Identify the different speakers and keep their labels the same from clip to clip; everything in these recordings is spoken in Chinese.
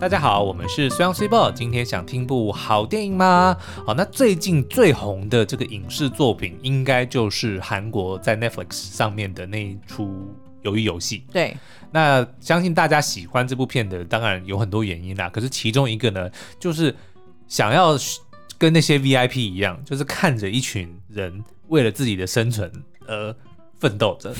Speaker 1: 大家好，我们是虽然虽报，今天想听部好电影吗？好，那最近最红的这个影视作品，应该就是韩国在 Netflix 上面的那一出《鱿鱼游戏》。
Speaker 2: 对，
Speaker 1: 那相信大家喜欢这部片的，当然有很多原因啦。可是其中一个呢，就是想要跟那些 VIP 一样，就是看着一群人为了自己的生存而奋斗着。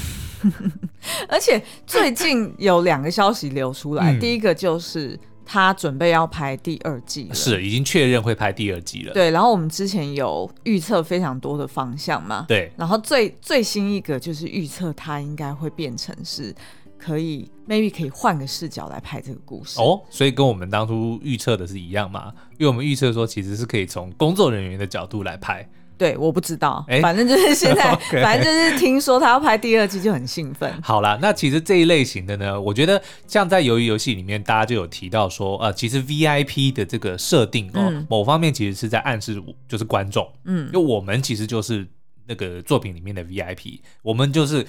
Speaker 2: 而且最近有两个消息流出来，
Speaker 1: 嗯
Speaker 2: 第一个就是他准备要拍第二季了，
Speaker 1: 是，已经确认会拍第二季了。
Speaker 2: 啊对。然后我们之前有预测非常多的方向嘛，
Speaker 1: 对，
Speaker 2: 然后最最新一个就是预测它应该会变成是可以 maybe 可以换个视角来拍这个故事。
Speaker 1: 哦，所以跟我们当初预测的是一样嘛？因为我们预测说其实是可以从工作人员的角度来拍，
Speaker 2: 对，我不知道，
Speaker 1: 哎
Speaker 2: 反正就是 现在
Speaker 1: OK
Speaker 2: 反正就是听说他要拍第二季就很兴 奋。
Speaker 1: 好啦，那其实这一类型的呢，我觉得像在鱿鱼游戏里面，大家就有提到说，呃，其实 VIP 的这个设定哦，
Speaker 2: 嗯
Speaker 1: 某方面其实是在暗示我就是观众，嗯，因为我们其实就是那个作品里面的 VIP，我们就是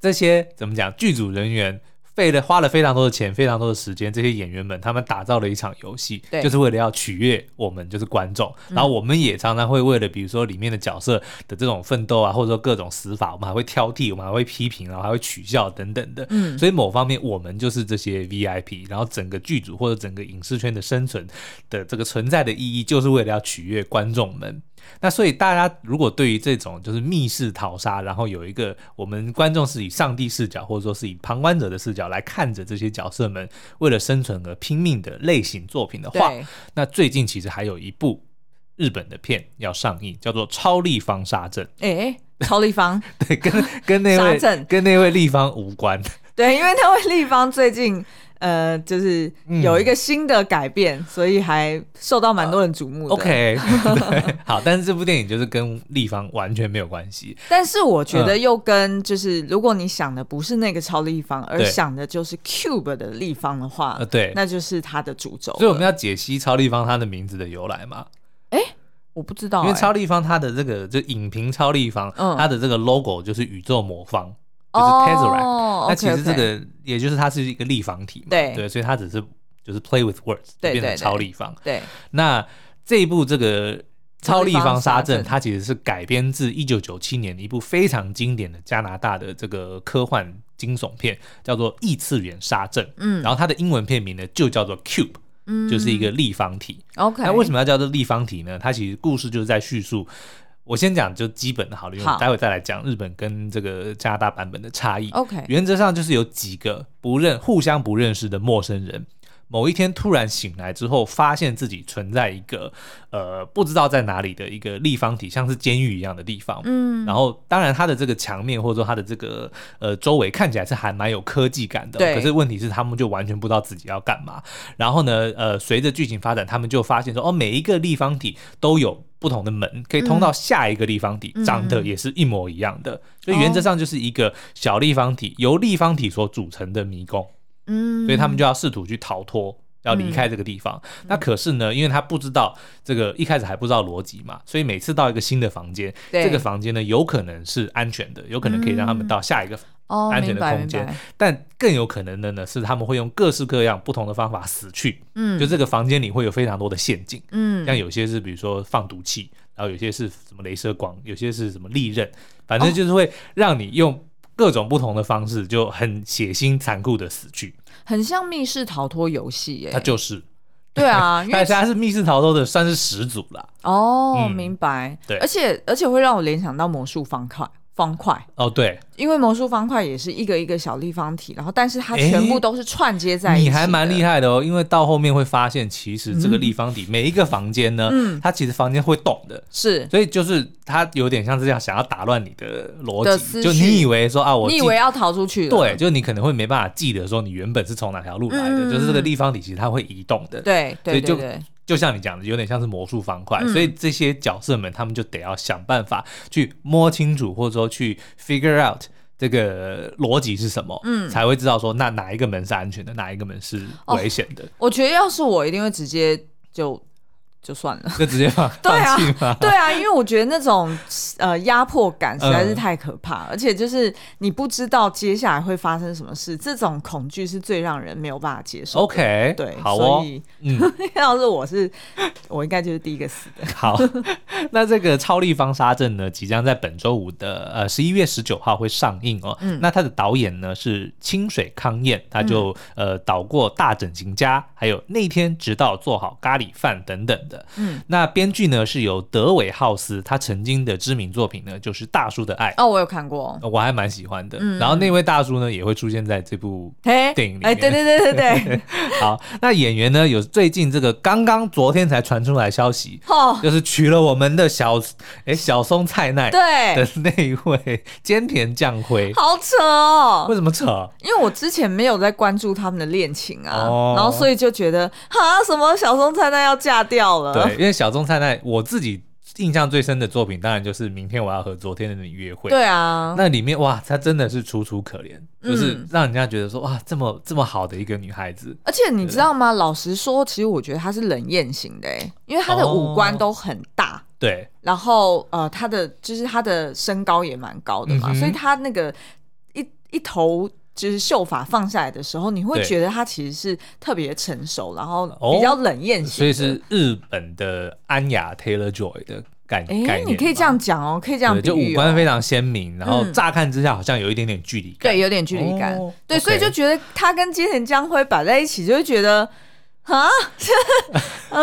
Speaker 1: 这些怎么讲，剧组人员。费了花了非常多的钱，非常多的时间，这些演员们他们打造了一场游戏，
Speaker 2: 对嗯
Speaker 1: 就是为了要取悦我们，就是观众。然后我们也常常会为了，比如说里面的角色的这种奋斗啊，或者说各种死法，我们还会挑剔，我们还会批评，然后还会取笑等等的。
Speaker 2: 嗯
Speaker 1: 所以某方面，我们就是这些 VIP，然后整个剧组或者整个影视圈的生存的这个存在的意义，就是为了要取悦观众们。那所以大家如果对于这种就是密室逃杀，然后有一个我们观众是以上帝视角，或者说是以旁观者的视角来看着这些角色们为了生存而拼命的类型作品的话，
Speaker 2: 对，
Speaker 1: 那最近其实还有一部日本的片要上映，叫做《超立方沙阵》。
Speaker 2: 哎、超立方，
Speaker 1: 对，跟跟那
Speaker 2: 沙阵
Speaker 1: 位跟那位立方无关。
Speaker 2: 对，因为那位立方最近。呃，就是
Speaker 1: 嗯
Speaker 2: 有一个新的改变，所以还受到蛮多人瞩目的。
Speaker 1: OK，对，好，但是这部电影就是跟立方完全没有关系。
Speaker 2: 但是我觉
Speaker 1: 嗯
Speaker 2: 得又跟就是，如果你想的不是那个超立方，而
Speaker 1: 对
Speaker 2: 想的就是 Cube 的立方的话，
Speaker 1: 呃，对，
Speaker 2: 那就是它的主轴了。
Speaker 1: 所以我们要解析超立方它的名字的由来嘛？
Speaker 2: 我不知道、
Speaker 1: 因为
Speaker 2: 欸
Speaker 1: 超立方它的这个就影评超立方，
Speaker 2: 嗯
Speaker 1: 它的这个 logo 就是宇宙魔方，就是
Speaker 2: 哦
Speaker 1: Tesseract。那
Speaker 2: OK，
Speaker 1: 其实这
Speaker 2: OK
Speaker 1: 个也就是它是一个立方体嘛，
Speaker 2: 对
Speaker 1: 对，所以它只是就是 play with words
Speaker 2: 对
Speaker 1: 就变
Speaker 2: 对
Speaker 1: 成
Speaker 2: 对
Speaker 1: 超立方。
Speaker 2: 对
Speaker 1: 那这一部这个。超立方沙
Speaker 2: 超立方沙
Speaker 1: 阵，
Speaker 2: 阵
Speaker 1: 它其实是改编自一九九七年一部非常经典的加拿大的这个科幻惊悚片，叫做《异次元沙阵》。
Speaker 2: 嗯
Speaker 1: 然后它的英文片名呢就叫做 Cube，
Speaker 2: 嗯
Speaker 1: 就是一个立方体。
Speaker 2: OK，
Speaker 1: 那为什
Speaker 2: 么？
Speaker 1: 么要叫做立方体呢？它其实故事就是在叙述。我先讲就基本的好了，因为
Speaker 2: 好
Speaker 1: 我待会再来讲日本跟这个加拿大版本的差异。
Speaker 2: OK
Speaker 1: 原则上就是有几个不认互相不认识的陌生人，某一天突然醒来之后，发现自己存在一个呃不知道在哪里的一个立方体，像是监狱一样的地方。
Speaker 2: 嗯，
Speaker 1: 然后，当然，它的这个墙面或者说它的这个呃周围看起来是还蛮有科技感的哦、
Speaker 2: 对
Speaker 1: 可是问题是，他们就完全不知道自己要干嘛。然后呢，呃，随着剧情发展，他们就发现说，哦，每一个立方体都有不同的门，可以通
Speaker 2: 嗯
Speaker 1: 到下一个立方体，长得也是一模一样的。所以原
Speaker 2: 哦
Speaker 1: 则上就是一个小立方体、由立方体所组成的迷宫。
Speaker 2: 嗯，嗯
Speaker 1: 所以他们就要试图去逃脱，要离开这个地方。那可是呢，因为他不知道这个一开始还不知道逻辑嘛，所以每次到一个新的房间，
Speaker 2: 对嗯
Speaker 1: 这个房间呢有可能是安全的，有可能可以让他们到下一个。
Speaker 2: 哦，
Speaker 1: 安全
Speaker 2: 明
Speaker 1: 的
Speaker 2: 白
Speaker 1: 空间
Speaker 2: 明白
Speaker 1: 但更有可能的呢，是他们会用各式各样不同的方法死去。
Speaker 2: 嗯
Speaker 1: 就这个房间里会有非常多的陷阱，像
Speaker 2: 嗯，
Speaker 1: 有些是比如说放毒气，然后有些是什么镭射光，有些是什么利刃，反
Speaker 2: 哦
Speaker 1: 正就是会让你用各种不同的方式，就很血腥残酷的死去。
Speaker 2: 很像密室逃脱游戏耶
Speaker 1: 它。就是
Speaker 2: 对啊，因为
Speaker 1: 但是它是密室逃脱的，算是始祖啦。
Speaker 2: 哦，
Speaker 1: 嗯
Speaker 2: 明白。
Speaker 1: 对
Speaker 2: 而且而且会让我联想到魔术方块方块，
Speaker 1: 哦，对，
Speaker 2: 因为魔术方块也是一个一个小立方体，然后但是它
Speaker 1: 哎
Speaker 2: 全部都是串接在一起。
Speaker 1: 你还蛮厉
Speaker 2: 害。
Speaker 1: 害的哦，因为到后面会发现，其实这个立方体、每一个房间呢，
Speaker 2: 嗯
Speaker 1: 它其实房间会动的。
Speaker 2: 是，
Speaker 1: 所以就是它有点像是这样，想要打乱你的逻
Speaker 2: 的
Speaker 1: 辑，
Speaker 2: 思
Speaker 1: 就
Speaker 2: 绪
Speaker 1: 你以为说啊，我
Speaker 2: 你以
Speaker 1: 记
Speaker 2: 为要逃出去了？
Speaker 1: 对，就你可能会没办法记得说你原本是从哪条路来的，
Speaker 2: 啊嗯
Speaker 1: 就是这个立方体其实它会移动的，
Speaker 2: 对
Speaker 1: 所
Speaker 2: 对
Speaker 1: 以
Speaker 2: 对
Speaker 1: 就
Speaker 2: 对，
Speaker 1: 就像你讲的，有点像是魔术方块，
Speaker 2: 嗯
Speaker 1: 所以这些角色们他们就得要想办法去摸清楚，或者说去 figure out 这个逻辑是什么，嗯，才会知道说那哪一
Speaker 2: 哦
Speaker 1: 个门是安全的，哪一个门是危险的。
Speaker 2: 我觉得要是我一定会直接就就算 了。
Speaker 1: 就直接放
Speaker 2: 对啊
Speaker 1: 放弃吗？
Speaker 2: 对啊，因为我觉得那种呃压迫感实在是太可 怕，而且就是你不知道接下来会发生什么事，这种恐惧是最让人没有办法接受的。
Speaker 1: OK，
Speaker 2: 对，
Speaker 1: 好
Speaker 2: 所
Speaker 1: 哦，
Speaker 2: 以
Speaker 1: 嗯，
Speaker 2: 要是我是，我应该就是第一个死的。
Speaker 1: 好。 那这个超立方沙阵呢，即将在本周五的呃十一月十九号会上映哦。
Speaker 2: 嗯
Speaker 1: 那它的导演呢是清水康彦，他就、
Speaker 2: 嗯
Speaker 1: 呃导过《大整形家》，还有《那天直到做好咖喱饭》等等的。
Speaker 2: 嗯，
Speaker 1: 那编剧呢是由德伟浩斯，他曾经的知名作品呢就是《大叔的爱》。
Speaker 2: 哦，我有看过。
Speaker 1: 我还蛮喜欢的，
Speaker 2: 嗯
Speaker 1: 然后那位大叔呢也会出现在这部
Speaker 2: 嘿，
Speaker 1: 电影里
Speaker 2: 哎，对对对 对对，
Speaker 1: 好，那演员呢？有最近这个刚刚昨天才传出来消息，
Speaker 2: 哦，
Speaker 1: 就是娶了我们的小哎、小松菜奈
Speaker 2: 对
Speaker 1: 的，那一位 菅田将晖，
Speaker 2: 好呃扯哦
Speaker 1: 为。什么扯？
Speaker 2: 因为我之前没有在关注他们的恋情啊，
Speaker 1: 哦
Speaker 2: 然后所以就觉得哈什么小松菜奈要嫁掉了，
Speaker 1: 对，因为小松菜奈我自己印象最深的作品，当然就是《明天我要和昨天的你约会》。
Speaker 2: 对啊，
Speaker 1: 那里面哇，她真的是楚楚可怜，就是
Speaker 2: 嗯
Speaker 1: 让人家觉得说哇，这么这么好的一个女孩子，
Speaker 2: 而且你知道吗？老实说，其实我觉得他是冷艳型的、欸，因为他的五
Speaker 1: 哦
Speaker 2: 官都很大，
Speaker 1: 对，
Speaker 2: 然后呃，他的就是他的身高也蛮高的嘛，
Speaker 1: 嗯哼
Speaker 2: 所以他那个一一头。就是秀发放下来的时候，你会
Speaker 1: 对
Speaker 2: 觉得他其实是特别成熟，然后
Speaker 1: 哦
Speaker 2: 比较冷艳型的、
Speaker 1: 所以是日本的安雅 Taylor Joy 的概、
Speaker 2: 哎、
Speaker 1: 概念吧，
Speaker 2: 你可以这样讲哦，可以这样
Speaker 1: 对，
Speaker 2: 比喻、
Speaker 1: 就
Speaker 2: 哦、
Speaker 1: 五官非常鲜明，然后
Speaker 2: 嗯
Speaker 1: 乍看之下好像有一点点距离感。
Speaker 2: 对，有点距离感。
Speaker 1: 哦
Speaker 2: 对
Speaker 1: OK
Speaker 2: 所以就觉得他跟菅田将晖摆在一起，就会觉得啊，啊，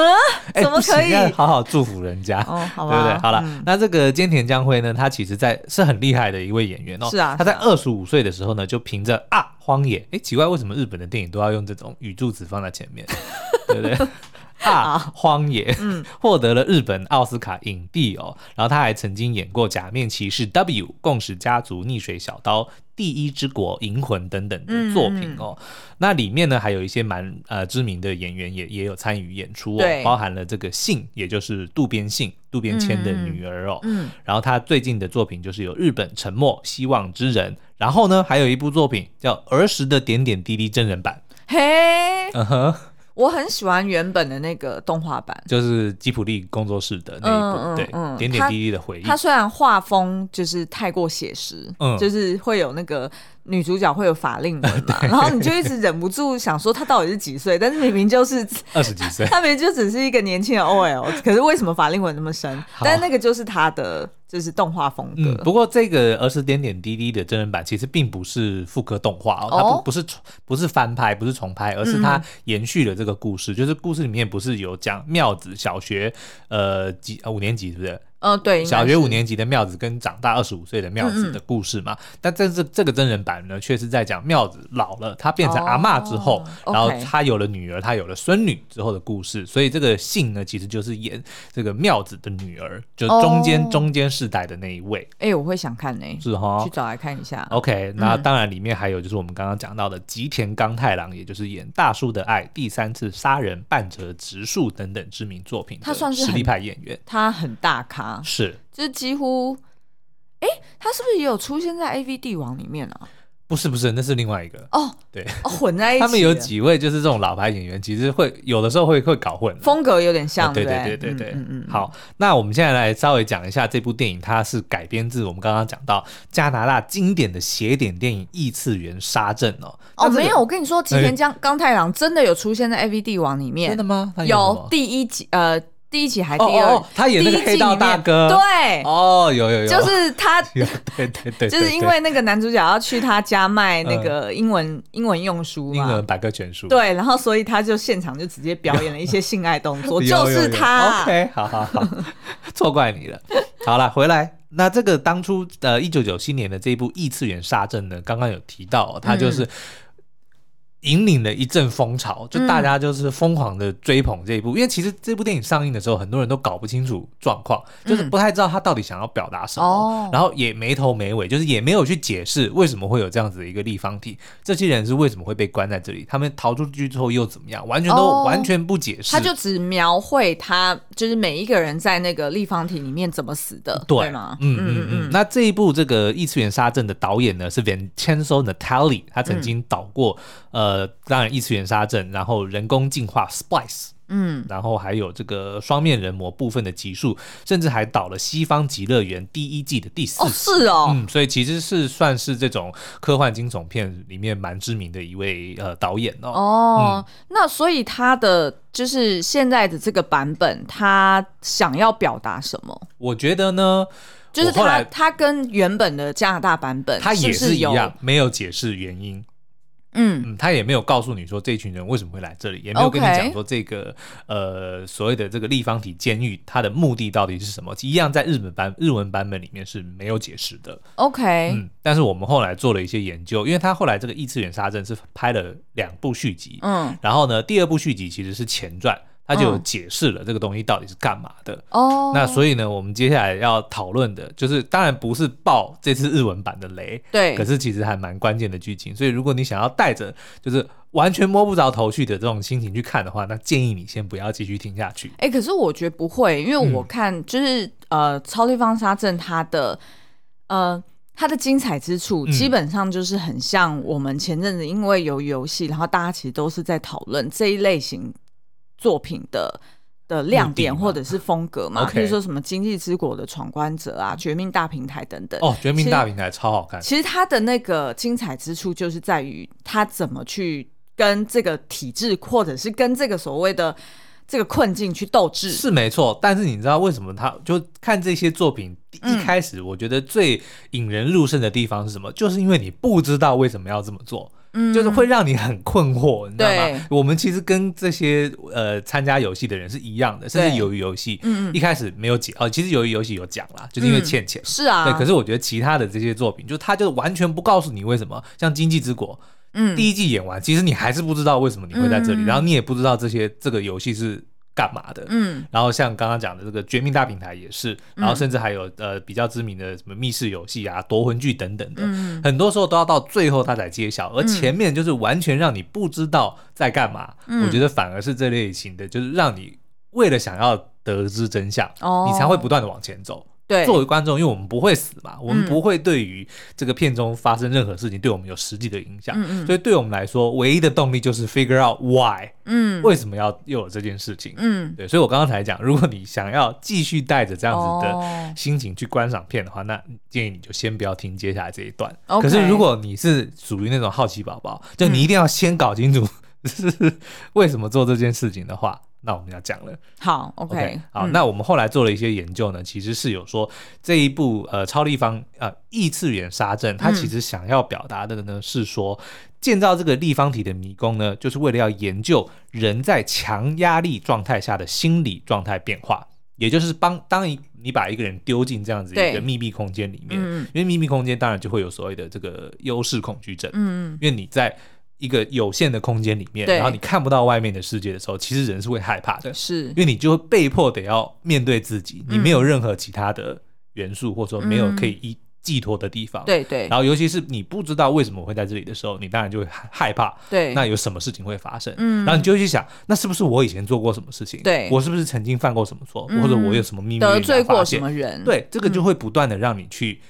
Speaker 1: 哎
Speaker 2: 怎么
Speaker 1: 不行
Speaker 2: 可以？
Speaker 1: 要好好祝福人 家。
Speaker 2: 哦，好
Speaker 1: 对
Speaker 2: 吧，
Speaker 1: 不对？好了，
Speaker 2: 嗯
Speaker 1: 那这个菅田将晖呢，他其实在是很厉害的一位演员哦。
Speaker 2: 是啊
Speaker 1: 他在
Speaker 2: 是啊
Speaker 1: 二十五岁的时候呢，就凭着啊荒野，哎，奇怪，为什么日本的电影都要用这种语助词放在前 面，对不对？啊，荒野，
Speaker 2: 嗯
Speaker 1: 获得了日本奥斯卡影帝哦。然后他还曾经演过《假面骑士 W》《共识家族》《溺水小刀》《第一之国》《银魂》等等的作品
Speaker 2: 嗯
Speaker 1: 哦。那里面呢，还有一些蛮呃知名的演员也也有参与演出哦，
Speaker 2: 对
Speaker 1: 包含了这个信，也就是渡边信、渡边谦的女儿哦。
Speaker 2: 嗯，
Speaker 1: 然后他最近的作品就是有《日本沉默》《希望之人》，然后呢，还有一部作品叫《儿时的点点滴滴》真人版，
Speaker 2: 嘿，
Speaker 1: 嗯哼，
Speaker 2: 我很喜欢原本的那个动画版。
Speaker 1: 就是吉普力工作室的那一部，
Speaker 2: 嗯嗯
Speaker 1: 对，
Speaker 2: 嗯
Speaker 1: 点点滴滴的回忆
Speaker 2: 它。虽然画风就是太过写实，
Speaker 1: 嗯
Speaker 2: 就是会有那个女主角会有法令纹 嘛，然后你就一直忍不住想说她到底是几岁，但是明明 就是，
Speaker 1: 二十几岁
Speaker 2: 他们就只是一个年轻的 OL，可是为什么法令纹那么深？
Speaker 1: 好
Speaker 2: 但那个就是他的就是动画风
Speaker 1: 嗯，
Speaker 2: 格，
Speaker 1: 不过这个《儿时点点滴滴》的真人版其实并不是复刻动画哦，它
Speaker 2: 哦嗯
Speaker 1: 不不是重不是翻拍，不是重拍，而是它延续了这个故事，就是故事里面不是有讲妙子小学呃几呃五年级是不是？
Speaker 2: 嗯、对，应该
Speaker 1: 小学
Speaker 2: 是嗯
Speaker 1: 五，年级的妙子跟长大二十五岁的妙子的故事嘛。但这是这个真人版呢，却是在讲妙子老了，她变成阿嬷之后，
Speaker 2: 哦
Speaker 1: 然后
Speaker 2: OK
Speaker 1: 她有了女儿，她有了孙女之后的故事。所以这个信呢，其实就是演这个妙子的女儿，就中间、
Speaker 2: 哦
Speaker 1: 中间世代的那一位，
Speaker 2: 哎、我会想看呢、
Speaker 1: 是哦哈
Speaker 2: 去。找来看一下。
Speaker 1: OK，那当然，里面还有就是我们刚刚讲到的吉田刚太郎，也就是演《大叔的爱》《第三次杀人》《半泽直树》等等知名作品的
Speaker 2: 他算是
Speaker 1: 实
Speaker 2: 很
Speaker 1: 力派演员，
Speaker 2: 他很大咖，
Speaker 1: 是
Speaker 2: 就是几乎，哎、他是不是也有出现在 AV 帝王里面啊？
Speaker 1: 不是不是？那是另外一个
Speaker 2: 哦，
Speaker 1: 对
Speaker 2: 哦，混在一起，
Speaker 1: 他们有几位就是这种老牌演员，其实会有的时候会会搞混。
Speaker 2: 风格有点像，
Speaker 1: 哦对
Speaker 2: 不
Speaker 1: 对对对对，
Speaker 2: 嗯嗯嗯，
Speaker 1: 好，那我们现在来稍微讲一下这部电影，它是改编自我们刚刚讲到加拿大经典的邪典电影《异次元杀阵》哦。那
Speaker 2: 哦，
Speaker 1: 这个
Speaker 2: 没有，我跟你说，吉田江刚太郎真的有出现在 AV 帝王里
Speaker 1: 哎
Speaker 2: 面
Speaker 1: 真的，吗？他演什
Speaker 2: 有
Speaker 1: 么
Speaker 2: 第一集，呃，第一集还
Speaker 1: 哦
Speaker 2: 第二，
Speaker 1: 哦哦，他演那个
Speaker 2: 第一集
Speaker 1: 黑道
Speaker 2: 里面
Speaker 1: 大哥，
Speaker 2: 对，
Speaker 1: 哦，有有有，
Speaker 2: 就是他，
Speaker 1: 有，对对对，
Speaker 2: 就是
Speaker 1: 对
Speaker 2: 因
Speaker 1: 对嗯
Speaker 2: 为那个男主角要去他家卖那个英文、英文用书
Speaker 1: 英
Speaker 2: 嘛
Speaker 1: 文，百科全书，
Speaker 2: 对，然后所以他就现场就直接表演了一些性爱动 作，
Speaker 1: 有
Speaker 2: 就是他。
Speaker 1: 有有 OK，好好好， 错怪你了。好了，回来。那这个当初呃，一九九七年的这一部《异次元杀阵》呢，刚刚有提到、它
Speaker 2: 嗯
Speaker 1: 就是引领了一阵风潮，就大家就是疯狂的追捧这一部。因为其实这部电影上映的时候，很多人都搞不清楚状况，就是不太知道他到底想要表达什么，
Speaker 2: 嗯哦
Speaker 1: 然后也没头没尾，就是也没有去解释为什么会有这样子的一个立方体，这些人是为什么会被关在这里，他们逃出去之后又怎么样，完全都、
Speaker 2: 哦
Speaker 1: 完全不解释。
Speaker 2: 他就只描绘他就是每一个人在那个立方体里面怎么死的，对吗？
Speaker 1: 嗯嗯嗯。那这一部这个异次元杀阵的导演呢是 Vincenzo
Speaker 2: 嗯
Speaker 1: Natali，他曾经导过、呃，当然异次元杀阵，然后人工进化 Splice。
Speaker 2: 嗯，
Speaker 1: 然后还有这个双面人魔部分的集数，甚至还导了《西方极乐园》第一季的第四
Speaker 2: 哦，
Speaker 1: 集。
Speaker 2: 是哦，
Speaker 1: 嗯，所以其实是算是这种科幻惊悚片里面蛮知名的一位呃导演哦。
Speaker 2: 哦，那所以他的就是现在的这个版本，他想要表达什么？
Speaker 1: 我觉得呢，
Speaker 2: 就是
Speaker 1: 我后
Speaker 2: 他
Speaker 1: 来
Speaker 2: 他跟原本的加拿大版本，
Speaker 1: 他也
Speaker 2: 是不是
Speaker 1: 一
Speaker 2: 有
Speaker 1: 样，没有解释原因。
Speaker 2: 嗯
Speaker 1: 嗯，他也没有告诉你说这群人为什么会来这里，也没有跟你
Speaker 2: OK
Speaker 1: 讲说这个呃所谓的这个立方体监狱它的目的到底是什么。一样在日本版日文版本里面是没有解释的。
Speaker 2: ，OK，
Speaker 1: 嗯，但是我们后来做了一些研究，因为他后来这个异次元杀阵是拍了两部续集，
Speaker 2: 嗯，
Speaker 1: 然后呢，第二部续集其实是前传，他就有
Speaker 2: 嗯
Speaker 1: 解释了这个东西到底是干嘛的。
Speaker 2: 哦，
Speaker 1: 那所以呢，我们接下来要讨论的就是，当然不是爆这次日文版的雷，
Speaker 2: 对
Speaker 1: 可，是其实还蛮关键的剧情。所以如果你想要带着就是完全摸不着头绪的这种心情去看的话，那建议你先不要继续听下去。
Speaker 2: 哎、可是我觉得不会，因为我
Speaker 1: 嗯
Speaker 2: 看就是、呃，超立方沙阵它的呃它的精彩之处，
Speaker 1: 嗯
Speaker 2: 基本上就是很像我们前阵子因为有游戏，然后大家其实都是在讨论这一类型作品的。的亮点
Speaker 1: 目的嘛
Speaker 2: 或者是风格嘛，
Speaker 1: OK
Speaker 2: 比如说什么《经济之国》的闯关者啊，《绝命大平台》等等。
Speaker 1: 哦，《绝
Speaker 2: 其
Speaker 1: 命
Speaker 2: 实
Speaker 1: 大平台》超好看，
Speaker 2: 其实它的那个精彩之处就是在于它怎么去跟这个体制，或者是跟这个所谓的这个困境去斗智。
Speaker 1: 是没错，但是你知道为什么他就看这些作品一
Speaker 2: 嗯
Speaker 1: 开始，我觉得最引人入胜的地方是什么？就是因为你不知道为什么要这么做，
Speaker 2: 嗯
Speaker 1: 就是会让你很困惑，你知道
Speaker 2: 对
Speaker 1: 吗？我们其实跟这些呃参加游戏的人是一样的，甚至
Speaker 2: 对
Speaker 1: 鱿鱼游戏，
Speaker 2: 嗯嗯
Speaker 1: 一开始没有解哦，其实鱿鱼游戏有讲啦，就是因为欠钱。
Speaker 2: 是啊，
Speaker 1: 对，可是我觉得其他的这些作品，就他就完全不告诉你为什么，像《经济之国》，
Speaker 2: 嗯，
Speaker 1: 第一季演完，其实你还是不知道为什么你会在这里，
Speaker 2: 嗯
Speaker 1: 然后你也不知道这些这个游戏是干嘛的，
Speaker 2: 嗯
Speaker 1: 然后像刚刚讲的这个《绝命大平台》也是，然后甚至还有、呃比较知名的什么密室游戏啊、夺魂剧等等的，
Speaker 2: 嗯
Speaker 1: 很多时候都要到最后它才揭晓，而前面就是完全让你不知道在干嘛。
Speaker 2: 嗯
Speaker 1: 我觉得反而是这类型的，就是让你为了想要得知真相，
Speaker 2: 哦，
Speaker 1: 你才会不断的往前走。
Speaker 2: 对
Speaker 1: 作为观众，因为我们不会死嘛，我们
Speaker 2: 嗯
Speaker 1: 不会对于这个片中发生任何事情对我们有实际的影响，
Speaker 2: 嗯嗯
Speaker 1: 所以对我们来说，唯一的动力就是 figure out why、
Speaker 2: 嗯
Speaker 1: 为什么要又有这件事情。
Speaker 2: 嗯
Speaker 1: 对，所以我刚刚才讲，如果你想要继续带着这样子
Speaker 2: 哦
Speaker 1: 的心情去观赏片的话，那建议你就先不要听接下来这一段。
Speaker 2: OK
Speaker 1: 可是如果你是属于那种好奇宝宝，就你一定要先搞清楚 是、为什么做这件事情的话，那我们要讲了。
Speaker 2: 好
Speaker 1: OK，
Speaker 2: OK
Speaker 1: 好，
Speaker 2: 嗯
Speaker 1: 那我们后来做了一些研究呢，其实是有说这一部呃超立方呃异次元杀阵，它
Speaker 2: 嗯
Speaker 1: 其实想要表达的呢是说，建造这个立方体的迷宫呢，就是为了要研究人在强压力状态下的心理状态变化，也就是帮当一你把一个人丢进这样子一
Speaker 2: 对
Speaker 1: 个密闭空间里面，
Speaker 2: 嗯
Speaker 1: 因为密闭空间当然就会有所谓的这个优势恐惧症，
Speaker 2: 嗯
Speaker 1: 因为你在。一个有限的空间里面，
Speaker 2: 对
Speaker 1: 然后你看不到外面的世界的时候，其实人是会害怕的
Speaker 2: 嗯。是
Speaker 1: 因为你就会被迫得要面对自己，你
Speaker 2: 嗯
Speaker 1: 没有任何其他的元素，或者说没有可以依寄托的地方。。
Speaker 2: 对对
Speaker 1: 然后，尤其是你不知道为什么我会在这里的时候，你当然就会害害怕。
Speaker 2: 对
Speaker 1: 那有什么事情会发生？
Speaker 2: 嗯
Speaker 1: 然后你就会去想，那是不是我以前做过什么事情？
Speaker 2: 对
Speaker 1: 我是不是曾经犯过什么错，
Speaker 2: 嗯
Speaker 1: 或者我有什么秘密
Speaker 2: 得
Speaker 1: 没有
Speaker 2: 罪过
Speaker 1: 发
Speaker 2: 什
Speaker 1: 现
Speaker 2: 么人？嗯
Speaker 1: 对，这个就会不断的让你去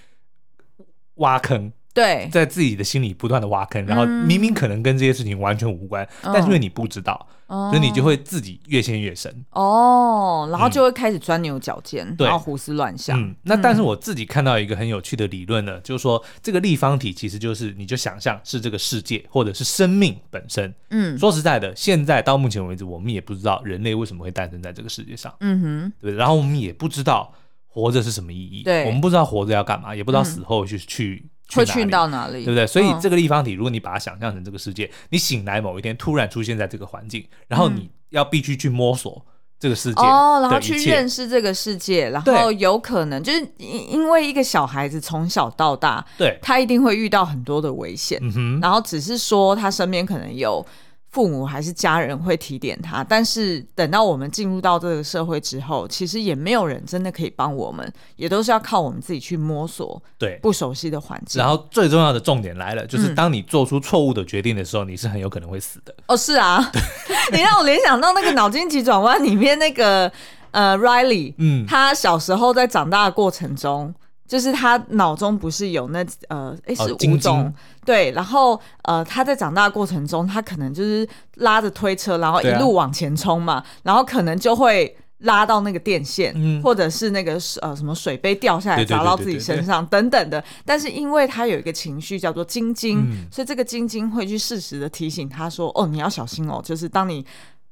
Speaker 1: 挖坑，
Speaker 2: 对
Speaker 1: 在自己的心里不断的挖坑，然后
Speaker 2: 嗯
Speaker 1: 明明可能跟这些事情完全无关，但是因为你不知道，
Speaker 2: 哦
Speaker 1: 所以你就会自己越陷越深。
Speaker 2: 哦，然后
Speaker 1: 嗯
Speaker 2: 就会开始钻牛角尖，
Speaker 1: 对
Speaker 2: 然后胡思乱想。
Speaker 1: 嗯，那但是我自己看到一个很有趣的理论呢，就是说这个立方体其实就是你就想象是这个世界或者是生命本身。
Speaker 2: 嗯
Speaker 1: 说实在的，现在到目前为止，我们也不知道人类为什么会诞生在这个世界上，
Speaker 2: 嗯哼，
Speaker 1: 对不对？然后我们也不知道活着是什么意义，
Speaker 2: 对嗯
Speaker 1: 我们不知道活着要干嘛，也不知道死后去、去
Speaker 2: 会
Speaker 1: 去
Speaker 2: 去
Speaker 1: 哪里。
Speaker 2: 到哪里？
Speaker 1: 对不对？所以
Speaker 2: 嗯
Speaker 1: 这个立方体，如果你把它想象成这个世界，你醒来某一天突然出现在这个环境，然后你要必须去摸索这个世界
Speaker 2: 嗯哦，然后
Speaker 1: 的
Speaker 2: 去
Speaker 1: 一切，
Speaker 2: 认识这个世界，然
Speaker 1: 对
Speaker 2: 后有可能就是因因为一个小孩子从小到大，
Speaker 1: 对，
Speaker 2: 他一定会遇到很多的危险，
Speaker 1: 嗯哼，
Speaker 2: 然后只是说他身边可能有父母还是家人会提点他，但是等到我们进入到这个社会之后，其实也没有人真的可以帮我们，也都是要靠我们自己去摸索
Speaker 1: 对。
Speaker 2: 不熟悉的环境。
Speaker 1: 然后最重要的重点来了，就是
Speaker 2: 嗯
Speaker 1: 当你做出错误的决定的时候，你是很有可能会死的。
Speaker 2: 哦，是啊， 你让我联想到那个《脑筋急转弯》里面那个呃，Riley，
Speaker 1: 嗯，
Speaker 2: 他小时候在长大的过程中，就是他脑中不是有那呃，诶
Speaker 1: 哦
Speaker 2: 是五
Speaker 1: 晶晶
Speaker 2: 种、对，然后呃他在长大的过程中，他可能就是拉着推车，然后一
Speaker 1: 对啊
Speaker 2: 路往前冲嘛，然后可能就会拉到那个电线，
Speaker 1: 嗯
Speaker 2: 或者是那个呃什么水杯掉下来
Speaker 1: 对对对
Speaker 2: 砸到
Speaker 1: 对
Speaker 2: 自己
Speaker 1: 对
Speaker 2: 身
Speaker 1: 对
Speaker 2: 上等等的。但是因为他有一个情绪叫做晶晶，
Speaker 1: 嗯
Speaker 2: 所以这个晶晶会去适时的提醒他说：“哦，你要小心哦，就是当你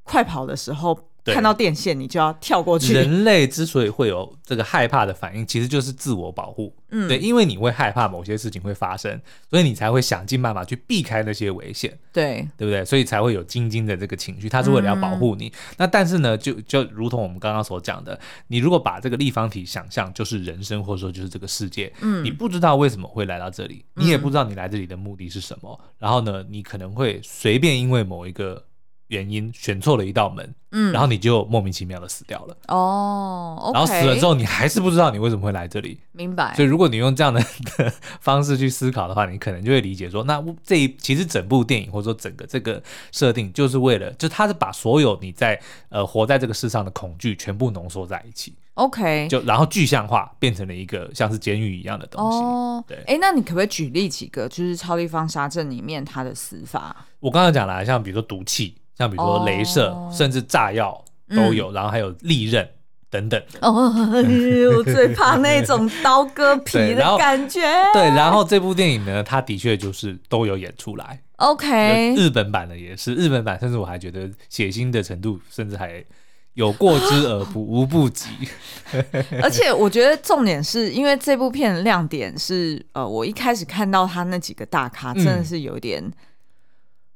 Speaker 2: 快跑的时候。”
Speaker 1: 对
Speaker 2: 看到电线，你就要跳过去。
Speaker 1: 人类之所以会有这个害怕的反应，其实就是自我保护。
Speaker 2: 嗯
Speaker 1: 对，因为你会害怕某些事情会发生，所以你才会想尽办法去避开那些危险，
Speaker 2: 对，
Speaker 1: 对不对？所以才会有晶晶的这个情绪，它是为了要保护你。那但是呢，就就如同我们刚刚所讲的，你如果把这个立方体想象就是人生，或者说就是这个世界，
Speaker 2: 嗯
Speaker 1: 你不知道为什么会来到这里，你也不知道你来这里的目的是什么，然后呢，你可能会随便因为某一个原因选错了一道门，
Speaker 2: 嗯
Speaker 1: 然后你就莫名其妙的死掉了。
Speaker 2: 哦，OK，
Speaker 1: 然后死了之后，你还是不知道你为什么会来这里。
Speaker 2: 明白
Speaker 1: 所，以，如果你用这样的 的方式去思考的话，你可能就会理解说，那这一其实整部电影或者说整个这个设定，就是为了，就它是把所有你在呃活在这个世上的恐惧全部浓缩在一起，
Speaker 2: OK，
Speaker 1: 就然后具象化，变成了一个像是监狱一样的东西。
Speaker 2: 哦，
Speaker 1: 对
Speaker 2: 哎，那你可不可以举例几个，就是《超立方沙阵》里面他的死法？
Speaker 1: 我刚刚讲了，像比如说毒气，像比如说镭射，
Speaker 2: 哦嗯
Speaker 1: 甚至炸药都有，然后还有利刃等等。
Speaker 2: 哦，我最怕那种刀割皮
Speaker 1: 对然
Speaker 2: 的
Speaker 1: 后
Speaker 2: 感觉。
Speaker 1: 对，然后这部电影呢，它的确就是都有演出来。
Speaker 2: OK，
Speaker 1: 日本版的也是，日本版甚至我还觉得血腥的程度，甚至还有过之而不 无不及。
Speaker 2: 而且我觉得重点是因为这部片的亮点是，呃，我一开始看到他那几个大咖，真的
Speaker 1: 嗯
Speaker 2: 是有点。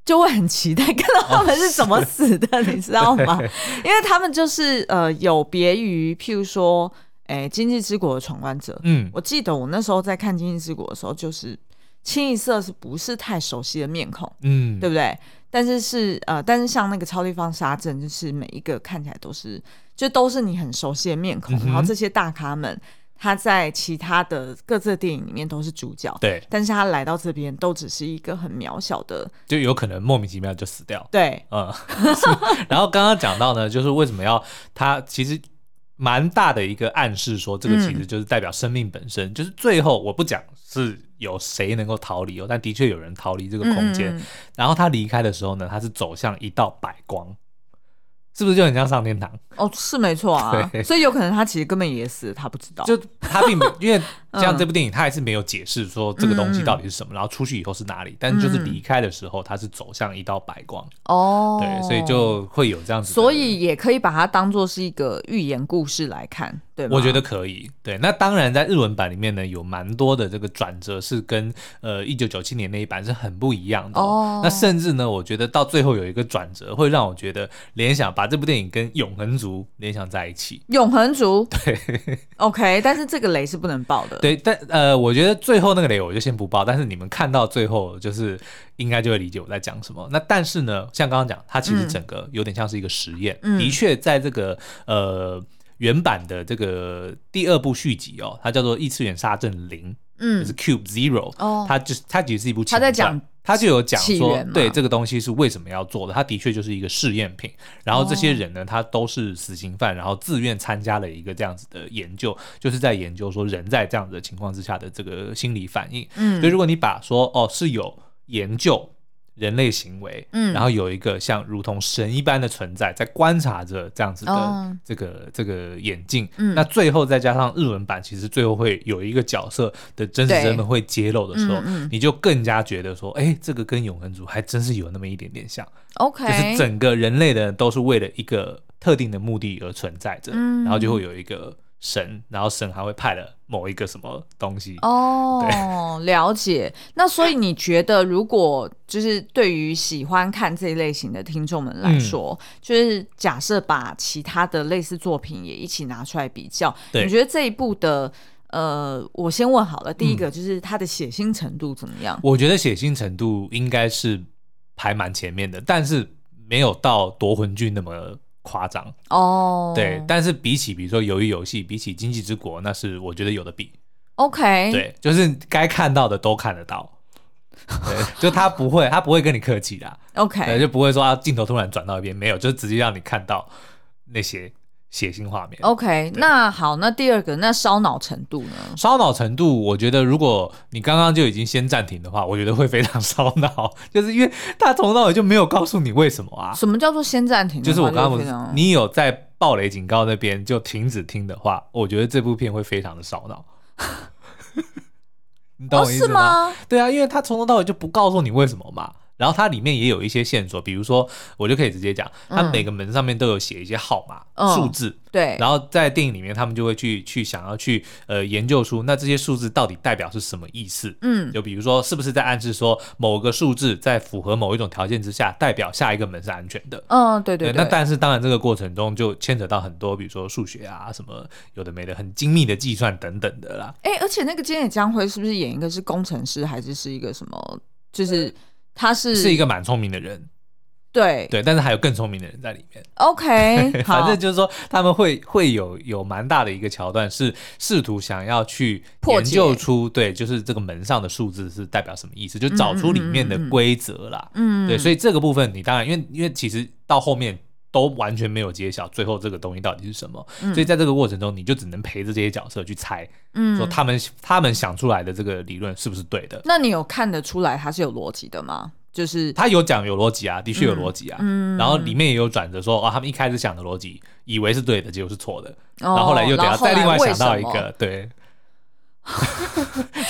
Speaker 2: 就会很期待看到他们是怎么死的，
Speaker 1: 哦
Speaker 2: 你知道吗？因为他们就是呃，有别于譬如说，哎、经济之国》的闯关者，
Speaker 1: 嗯，
Speaker 2: 我记得我那时候在看《经济之国》的时候，就是清一色是不是太熟悉的面孔，
Speaker 1: 嗯，
Speaker 2: 对不对？但是是呃，但是像那个超立方沙阵，就是每一个看起来都是，就都是你很熟悉的面孔，
Speaker 1: 嗯哼
Speaker 2: 然后这些大咖们。他在其他的各自的电影里面都是主角，
Speaker 1: 对，
Speaker 2: 但是他来到这边都只是一个很渺小的，
Speaker 1: 就有可能莫名其妙就死掉。
Speaker 2: 对，
Speaker 1: 嗯， 是然后刚刚讲到呢，就是为什么要它其实蛮大的一个暗示说，这个
Speaker 2: 嗯
Speaker 1: 其实就是代表生命本身，就是最后我不讲是有谁能够逃离哦，但的确有人逃离这个空间。
Speaker 2: 嗯嗯嗯
Speaker 1: 然后他离开的时候呢，他是走向一道白光，是不是就很像上天堂？
Speaker 2: 哦，是没错啊，
Speaker 1: 对
Speaker 2: 所以有可能他其实根本也死了，他不知 道，
Speaker 1: 就他并没，因为像
Speaker 2: 嗯
Speaker 1: 这部电影，他还是没有解释说这个东西到底是什么，然后出去以后是哪里，但就是离开的时候，他是走向一道白光，
Speaker 2: 哦，
Speaker 1: 对，所以就会有这样子的。
Speaker 2: 所以也可以把它当做是一个寓言故事来看，对吗？
Speaker 1: 我觉得可以，对。那当然，在日文版里面呢，有蛮多的这个转折是跟呃一九九七年那一版是很不一样的
Speaker 2: 哦
Speaker 1: 那甚至呢，我觉得到最后有一个转折，会让我觉得联想把这部电影跟《永恒族》联想在一起。
Speaker 2: 永恒 族，对，OK，但是这个雷是不能爆的，，
Speaker 1: 对，但呃，我觉得最后那个雷我就先不爆，但是你们看到最后，就是应该就会理解我在讲什么。那但是呢，像刚刚讲，它其实整个有点像是一个实验，
Speaker 2: 嗯
Speaker 1: 的确在这个呃原版的这个第二部续集哦，它叫做《异次元沙阵零》，就
Speaker 2: 嗯
Speaker 1: 是，Cube Zero，、
Speaker 2: 哦
Speaker 1: 它就是它其实是一部
Speaker 2: 它在
Speaker 1: 前传
Speaker 2: 讲。
Speaker 1: 它就有讲
Speaker 2: 起
Speaker 1: 说
Speaker 2: 源，嘛
Speaker 1: 对这个东西是为什么要做的，它的确就是一个试验品。然后这些人呢，他都是死刑犯，然后自愿参加了一个这样子的研究，就是在研究说人在这样子的情况之下的这个心理反应。
Speaker 2: 嗯
Speaker 1: 所以如果你把说哦是有研究人类行为，
Speaker 2: 嗯
Speaker 1: 然后有一个像如同神一般的存在在观察着这样子
Speaker 2: 哦
Speaker 1: 的这个、这个眼镜，
Speaker 2: 嗯
Speaker 1: 那最后再加上日文版，其实最后会有一个角色的真实
Speaker 2: 对
Speaker 1: 身份会揭露的时候，
Speaker 2: 嗯嗯
Speaker 1: 你就更加觉得说，哎，这个跟永恒族还真是有那么一点点像，
Speaker 2: ，OK，
Speaker 1: 就是整个人类的都是为了一个特定的目的而存在着，
Speaker 2: 嗯
Speaker 1: 然后就会有一个神，然后神还会派了某一个什么东西，
Speaker 2: 哦，了解。那所以你觉得，如果就是对于喜欢看这一类型的听众们来说，
Speaker 1: 嗯
Speaker 2: 就是假设把其他的类似作品也一起拿出来比较，
Speaker 1: 对
Speaker 2: 你觉得这一部的呃，我先问好了，第一
Speaker 1: 嗯
Speaker 2: 个就是它的血腥程度怎么样？
Speaker 1: 我觉得血腥程度应该是排蛮前面的，但是没有到夺魂剧那么夸张。
Speaker 2: 哦，
Speaker 1: 对，但是比起比如说《鱿鱼游戏》，比起《经济之国》，那是我觉得有的比。
Speaker 2: ，OK，
Speaker 1: 对，就是该看到的都看得到。对，就他不会，他不会跟你客气啦，
Speaker 2: ，OK，
Speaker 1: 对，就不会说啊镜头突然转到一边，没有，就是直接让你看到那些血腥画面。
Speaker 2: OK，那好，那第二个，那烧脑程度呢？
Speaker 1: 烧脑程度，我觉得如果你刚刚就已经先暂停的话，我觉得会非常烧脑， 就是因为他从头到尾就没有告诉你为什么啊。
Speaker 2: 什么叫做先暂停的话？
Speaker 1: 就是我刚刚不
Speaker 2: 非
Speaker 1: 是
Speaker 2: 常
Speaker 1: 你有在暴雷警告那边就停止听的话，我觉得这部片会非常的烧脑。 你懂
Speaker 2: 哦
Speaker 1: 我意思
Speaker 2: 是？吗？
Speaker 1: 对啊，因为他从头到尾就不告诉你为什么嘛。然后它里面也有一些线索，比如说我就可以直接讲，它
Speaker 2: 嗯
Speaker 1: 每个门上面都有写一些号码、
Speaker 2: 嗯
Speaker 1: 数字，
Speaker 2: 对，
Speaker 1: 然后在电影里面他们就会去去想要去呃研究出那这些数字到底代表是什么意思。
Speaker 2: 嗯，
Speaker 1: 就比如说，是不是在暗示说某个数字在符合某一种条件之下，代表下一个门是安全的？
Speaker 2: 嗯，对对
Speaker 1: 那但是当然，这个过程中就牵扯到很多，比如说数学啊，什么有的没的，很精密的计算等等的啦。
Speaker 2: 哎、而且那个菅野将晖是不是演一个是工程师，还是是一个什么？就是他是
Speaker 1: 呃是一嗯个
Speaker 2: 个
Speaker 1: 蛮聪明的人，
Speaker 2: 对
Speaker 1: 对，但是还有更聪明的人在里 面。
Speaker 2: OK，好，
Speaker 1: 反正就是说，他们会会有有蛮大的一个桥段，是试图想要去
Speaker 2: 破
Speaker 1: 研
Speaker 2: 解
Speaker 1: 究出，对，就是这个门上的数字是代表什么意思，就找出里面的嗯规则啦。
Speaker 2: 嗯，
Speaker 1: 对，所以这个部分你当然，因为因为其实到后面都完全没有揭晓最后这个东西到底是什么，所以在这个过程中，你就只能陪着这些角色去猜，
Speaker 2: 嗯
Speaker 1: 说他们他们想出来的这个理论是不是对的。
Speaker 2: 那你有看得出来他是有逻辑的吗？就是
Speaker 1: 他有讲有逻辑啊，的确有逻辑啊，
Speaker 2: 嗯
Speaker 1: 然后里面也有转折说，哦，他们一开始想的逻辑，以为是对的，结果是错的，
Speaker 2: 哦
Speaker 1: 然后后来又等下
Speaker 2: 然后后
Speaker 1: 再
Speaker 2: 来
Speaker 1: 另外想到一
Speaker 2: 为什么
Speaker 1: 个，对，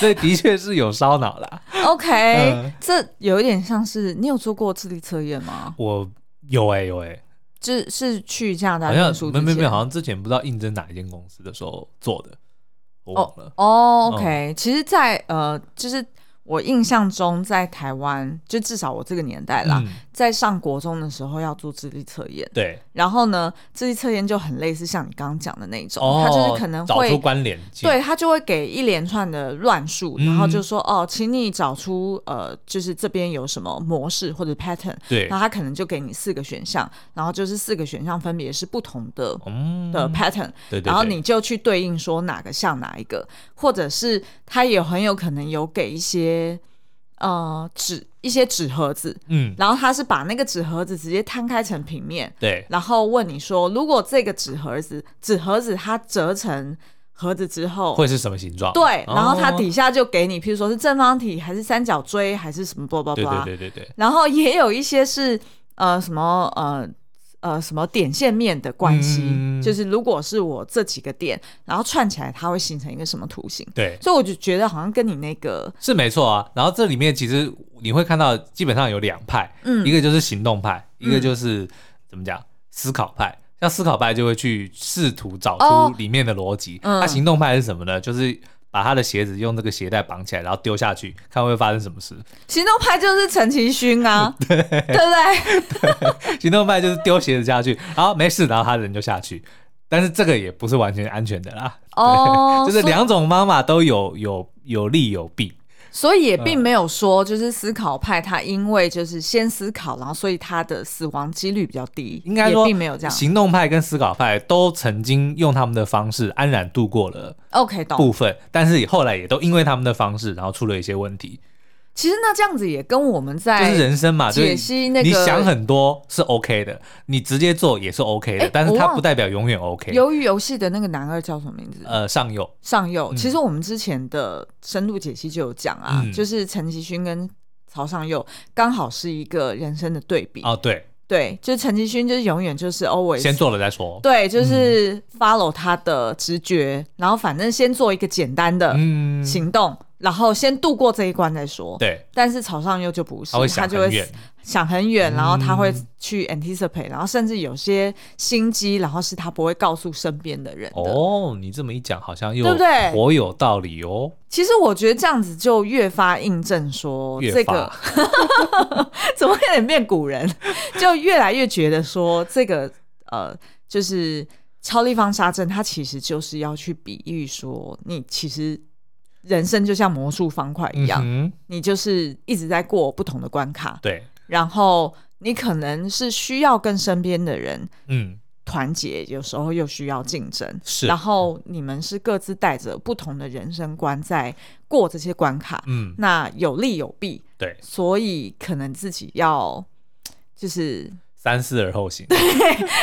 Speaker 1: 所以的确是有烧脑啦。
Speaker 2: OK，、
Speaker 1: 嗯
Speaker 2: 这有一点像是你有做过智力测验吗？
Speaker 1: 我有哎、有哎、
Speaker 2: 就是是去加拿大
Speaker 1: 好
Speaker 2: 念
Speaker 1: 像
Speaker 2: 书
Speaker 1: 没
Speaker 2: 之
Speaker 1: 没没有，
Speaker 2: 前
Speaker 1: 好像之前不知道应征哪一间公司的时候做的，我
Speaker 2: 哦
Speaker 1: 忘了。
Speaker 2: 哦、o
Speaker 1: 嗯
Speaker 2: k 其实在，呃，就是我印象中，在台湾，就至少我这个年代啦，
Speaker 1: 嗯，
Speaker 2: 在上国中的时候要做智力测验，
Speaker 1: 对，
Speaker 2: 然后呢，智力测验就很类似像你刚刚讲的那种，
Speaker 1: 哦，
Speaker 2: 它就是可能
Speaker 1: 找出
Speaker 2: 会。
Speaker 1: 关联性，
Speaker 2: 对他就会给一连串的乱数，
Speaker 1: 嗯
Speaker 2: 然后就说、哦，请你找出呃，就是这边有什么模式或者 pattern，
Speaker 1: 对
Speaker 2: 那，他可能就给你四个选项，然后就是四个选项分别是不同的
Speaker 1: 嗯，
Speaker 2: 的 pattern，、
Speaker 1: 对对，
Speaker 2: 然后
Speaker 1: 对
Speaker 2: 你就去对应说哪个像哪一个，或者是他也很有可能有给一些呃纸一些纸盒子，
Speaker 1: 嗯，
Speaker 2: 然后他是把那个纸盒子直接摊开成平面，
Speaker 1: 对，
Speaker 2: 然后问你说，如果这个纸盒子纸盒子它折成盒子之后。
Speaker 1: 会是什么形状？
Speaker 2: 对，然后它
Speaker 1: 哦
Speaker 2: 底下就给你，譬如说是正方体，还是三角锥，还是什么，blah blah blah，
Speaker 1: 对对对对对，
Speaker 2: 然后也有一些是呃什么呃呃什么点线面的关系，
Speaker 1: 嗯
Speaker 2: 就是如果是我这几个点，然后串起来，它会形成一个什么图形？
Speaker 1: 对，
Speaker 2: 所以我就觉得好像跟你那个
Speaker 1: 是没错啊。然后这里面其实你会看到，基本上有两派，
Speaker 2: 嗯
Speaker 1: 一个就是行动派，一个就是怎么讲思考派。像思考派就会去试图找
Speaker 2: 哦
Speaker 1: 出里面的逻辑，那、
Speaker 2: 嗯
Speaker 1: 行动派是什么呢？就是把他的鞋子用这个鞋带绑起来，然后丢下去，看会发生什么事。
Speaker 2: 行动派就是陈其 勋啊，对不对？
Speaker 1: 行动派就是丢鞋子下去，然后没事，然后他人就下去。但是这个也不是完全安全的啦，
Speaker 2: 哦，
Speaker 1: 就是
Speaker 2: 所以
Speaker 1: 两种方法都有有有利有弊。
Speaker 2: 所以也并
Speaker 1: 嗯
Speaker 2: 没有说就是思考派他因为就是先思考，然后所以他的死亡几率比较低，
Speaker 1: 应该
Speaker 2: 也
Speaker 1: 说
Speaker 2: 并没有这样。
Speaker 1: 行动派跟思考派都曾经用他们的方式安然度过了
Speaker 2: OK，懂。
Speaker 1: 部分，但是后来也都因为他们的方式，然后出了一些问题。
Speaker 2: 其实那这样子也跟我们
Speaker 1: 就
Speaker 2: 在
Speaker 1: 是人生嘛，就
Speaker 2: 哎解
Speaker 1: 是
Speaker 2: 析那个
Speaker 1: 你想很多是 OK 的，你直接做也是 OK 的，
Speaker 2: 哎
Speaker 1: 但是
Speaker 2: 我
Speaker 1: 它
Speaker 2: 忘
Speaker 1: 不代表永远 OK。
Speaker 2: 鱿鱼游戏的那个男二叫什么名字？
Speaker 1: 呃，上右
Speaker 2: 上右，其实我们之前的深度解析就有讲啊，
Speaker 1: 嗯
Speaker 2: 就是陈其勋跟曹尚佑刚好是一个人生的对比。
Speaker 1: 哦，对，
Speaker 2: 对，就是陈其勋就是永远就是 always
Speaker 1: 先做了嗯再说。
Speaker 2: 对，就是 follow 他的直觉，然后反正先做一个简单的
Speaker 1: 嗯，
Speaker 2: 行动，然后先度过这一关再说。
Speaker 1: 对，
Speaker 2: 但是草上佑就不是，
Speaker 1: 他会
Speaker 2: 他
Speaker 1: 想
Speaker 2: 就会
Speaker 1: 很远，嗯
Speaker 2: 想很远，然后他会去 anticipate，、然后甚至有些心机，然后是他不会告诉身边的人的。
Speaker 1: 哦，你这么一讲，好像又
Speaker 2: 对不对
Speaker 1: 颇有道理哦。
Speaker 2: 其实我觉得这样子就越发印证说，
Speaker 1: 越
Speaker 2: 这个
Speaker 1: 发
Speaker 2: 怎么有点变古人， 就越来越觉得说这个呃，就是超立方沙阵，它其实就是要去比喻说，你其实人生就像魔术方块一样，
Speaker 1: 嗯哼，
Speaker 2: 你就是一直在过不同的关卡，
Speaker 1: 对，
Speaker 2: 然后你可能是需要跟身边的人
Speaker 1: 嗯，
Speaker 2: 团结，有时候又需要竞争。
Speaker 1: 是，
Speaker 2: 然后你们是各自带着不同的人生观在过这些关卡，
Speaker 1: 嗯，
Speaker 2: 那有利有弊，
Speaker 1: 对，
Speaker 2: 所以可能自己要就是
Speaker 1: 三思而后行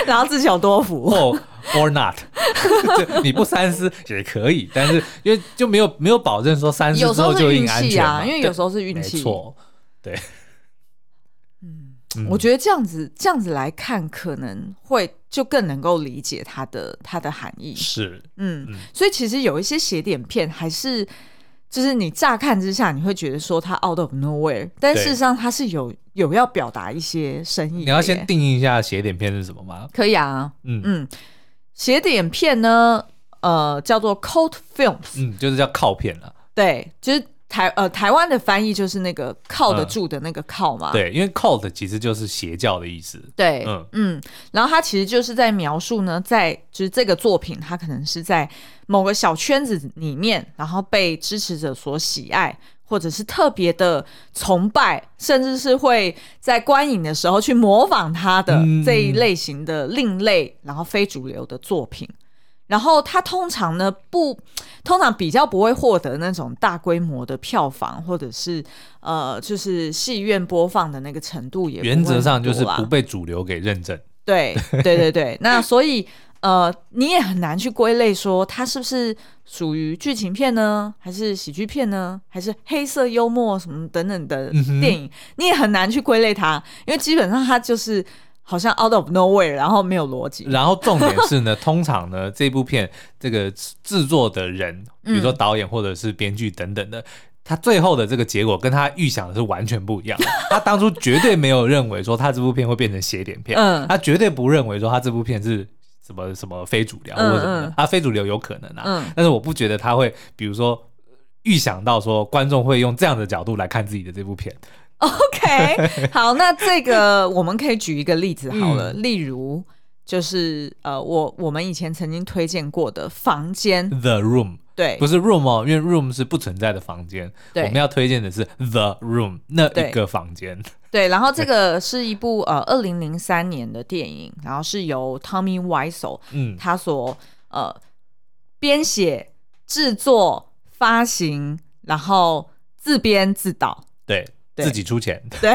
Speaker 2: 然后自求多福。
Speaker 1: ，or 哦 or not，就你不三思也可以，但是因为就没有没有保证说三思
Speaker 2: 有时
Speaker 1: 之
Speaker 2: 候
Speaker 1: 后就是一
Speaker 2: 运
Speaker 1: 定安
Speaker 2: 气
Speaker 1: 全
Speaker 2: 啊，
Speaker 1: 嘛
Speaker 2: 因为有时候是运
Speaker 1: 没
Speaker 2: 气。
Speaker 1: 错，对，嗯
Speaker 2: 我觉得这样子这样子来看，可能会就更能够理解它的它的含义。
Speaker 1: 是
Speaker 2: 嗯
Speaker 1: 嗯，
Speaker 2: 所以其实有一些斜点片还是。就是你乍看之下，你会觉得说它 out of nowhere，但
Speaker 1: 对
Speaker 2: 事实上它是有有要表达一些深意的耶。
Speaker 1: 你要先定义一下斜点片是什么吗？
Speaker 2: 可以啊，
Speaker 1: 嗯
Speaker 2: 嗯，斜点片呢，呃，叫做 cult films，
Speaker 1: 嗯，就是叫靠片了。
Speaker 2: 对，就是台呃台湾的翻译就是那个靠
Speaker 1: 嗯
Speaker 2: 得住的那个靠嘛，
Speaker 1: 对，因为 cult 其实就是邪教的意思。
Speaker 2: 对，
Speaker 1: 嗯
Speaker 2: 嗯，然后他其实就是在描述呢，在就是这个作品，它可能是在某个小圈子里面，然后被支持者所喜爱，或者是特别的崇拜，甚至是会在观影的时候去模仿他的
Speaker 1: 嗯
Speaker 2: 这一类型的另类，然后非主流的作品。然后它通常呢不，通常比较不会获得那种大规模的票房，或者是呃，就是戏院播放的那个程度也不会
Speaker 1: 原则上就是
Speaker 2: 很多啊啦
Speaker 1: 不被主流给认证。
Speaker 2: 对 对对对，那所以呃，你也很难去归类说它是不是属于剧情片呢，还是喜剧片呢，还是黑色幽默什么等等的
Speaker 1: 嗯哼
Speaker 2: 电影，你也很难去归类它，因为基本上它就是好像 out of nowhere，然后没有逻 辑。
Speaker 1: 然后重点是呢， 通常呢，这部片这个制作的人，
Speaker 2: 嗯
Speaker 1: 比如说导演或者是编剧等等的。他最后的这个结果跟他预想的是完全不一样的。 他当初绝对没有认为说他这部片会变成邪典片，
Speaker 2: 嗯
Speaker 1: 他绝对不认为说他这部片是什么什么非主流或
Speaker 2: 嗯
Speaker 1: 者什么的
Speaker 2: 嗯。
Speaker 1: 他非主流有可能啊，
Speaker 2: 嗯
Speaker 1: 但是我不觉得他会，比如说预想到说观众会用这样的角度来看自己的这部片。
Speaker 2: ，OK，好，那这个我们可以举一个例子好
Speaker 1: 嗯
Speaker 2: 了，例如。就是呃，我我们以前曾经推荐过的房间，
Speaker 1: The Room
Speaker 2: 对，
Speaker 1: 不是 room 哦，因为 room 是不存在的房间，我
Speaker 2: 对
Speaker 1: 们要推荐的是 the room 那一个房间。
Speaker 2: 对，然后这个是一部呃二零零三年的电影，然后是由 Tommy Wiseau
Speaker 1: 嗯，
Speaker 2: 他所呃编写、制作、发行，然后自编自导，
Speaker 1: 对，
Speaker 2: 对
Speaker 1: 自己出钱。
Speaker 2: 对，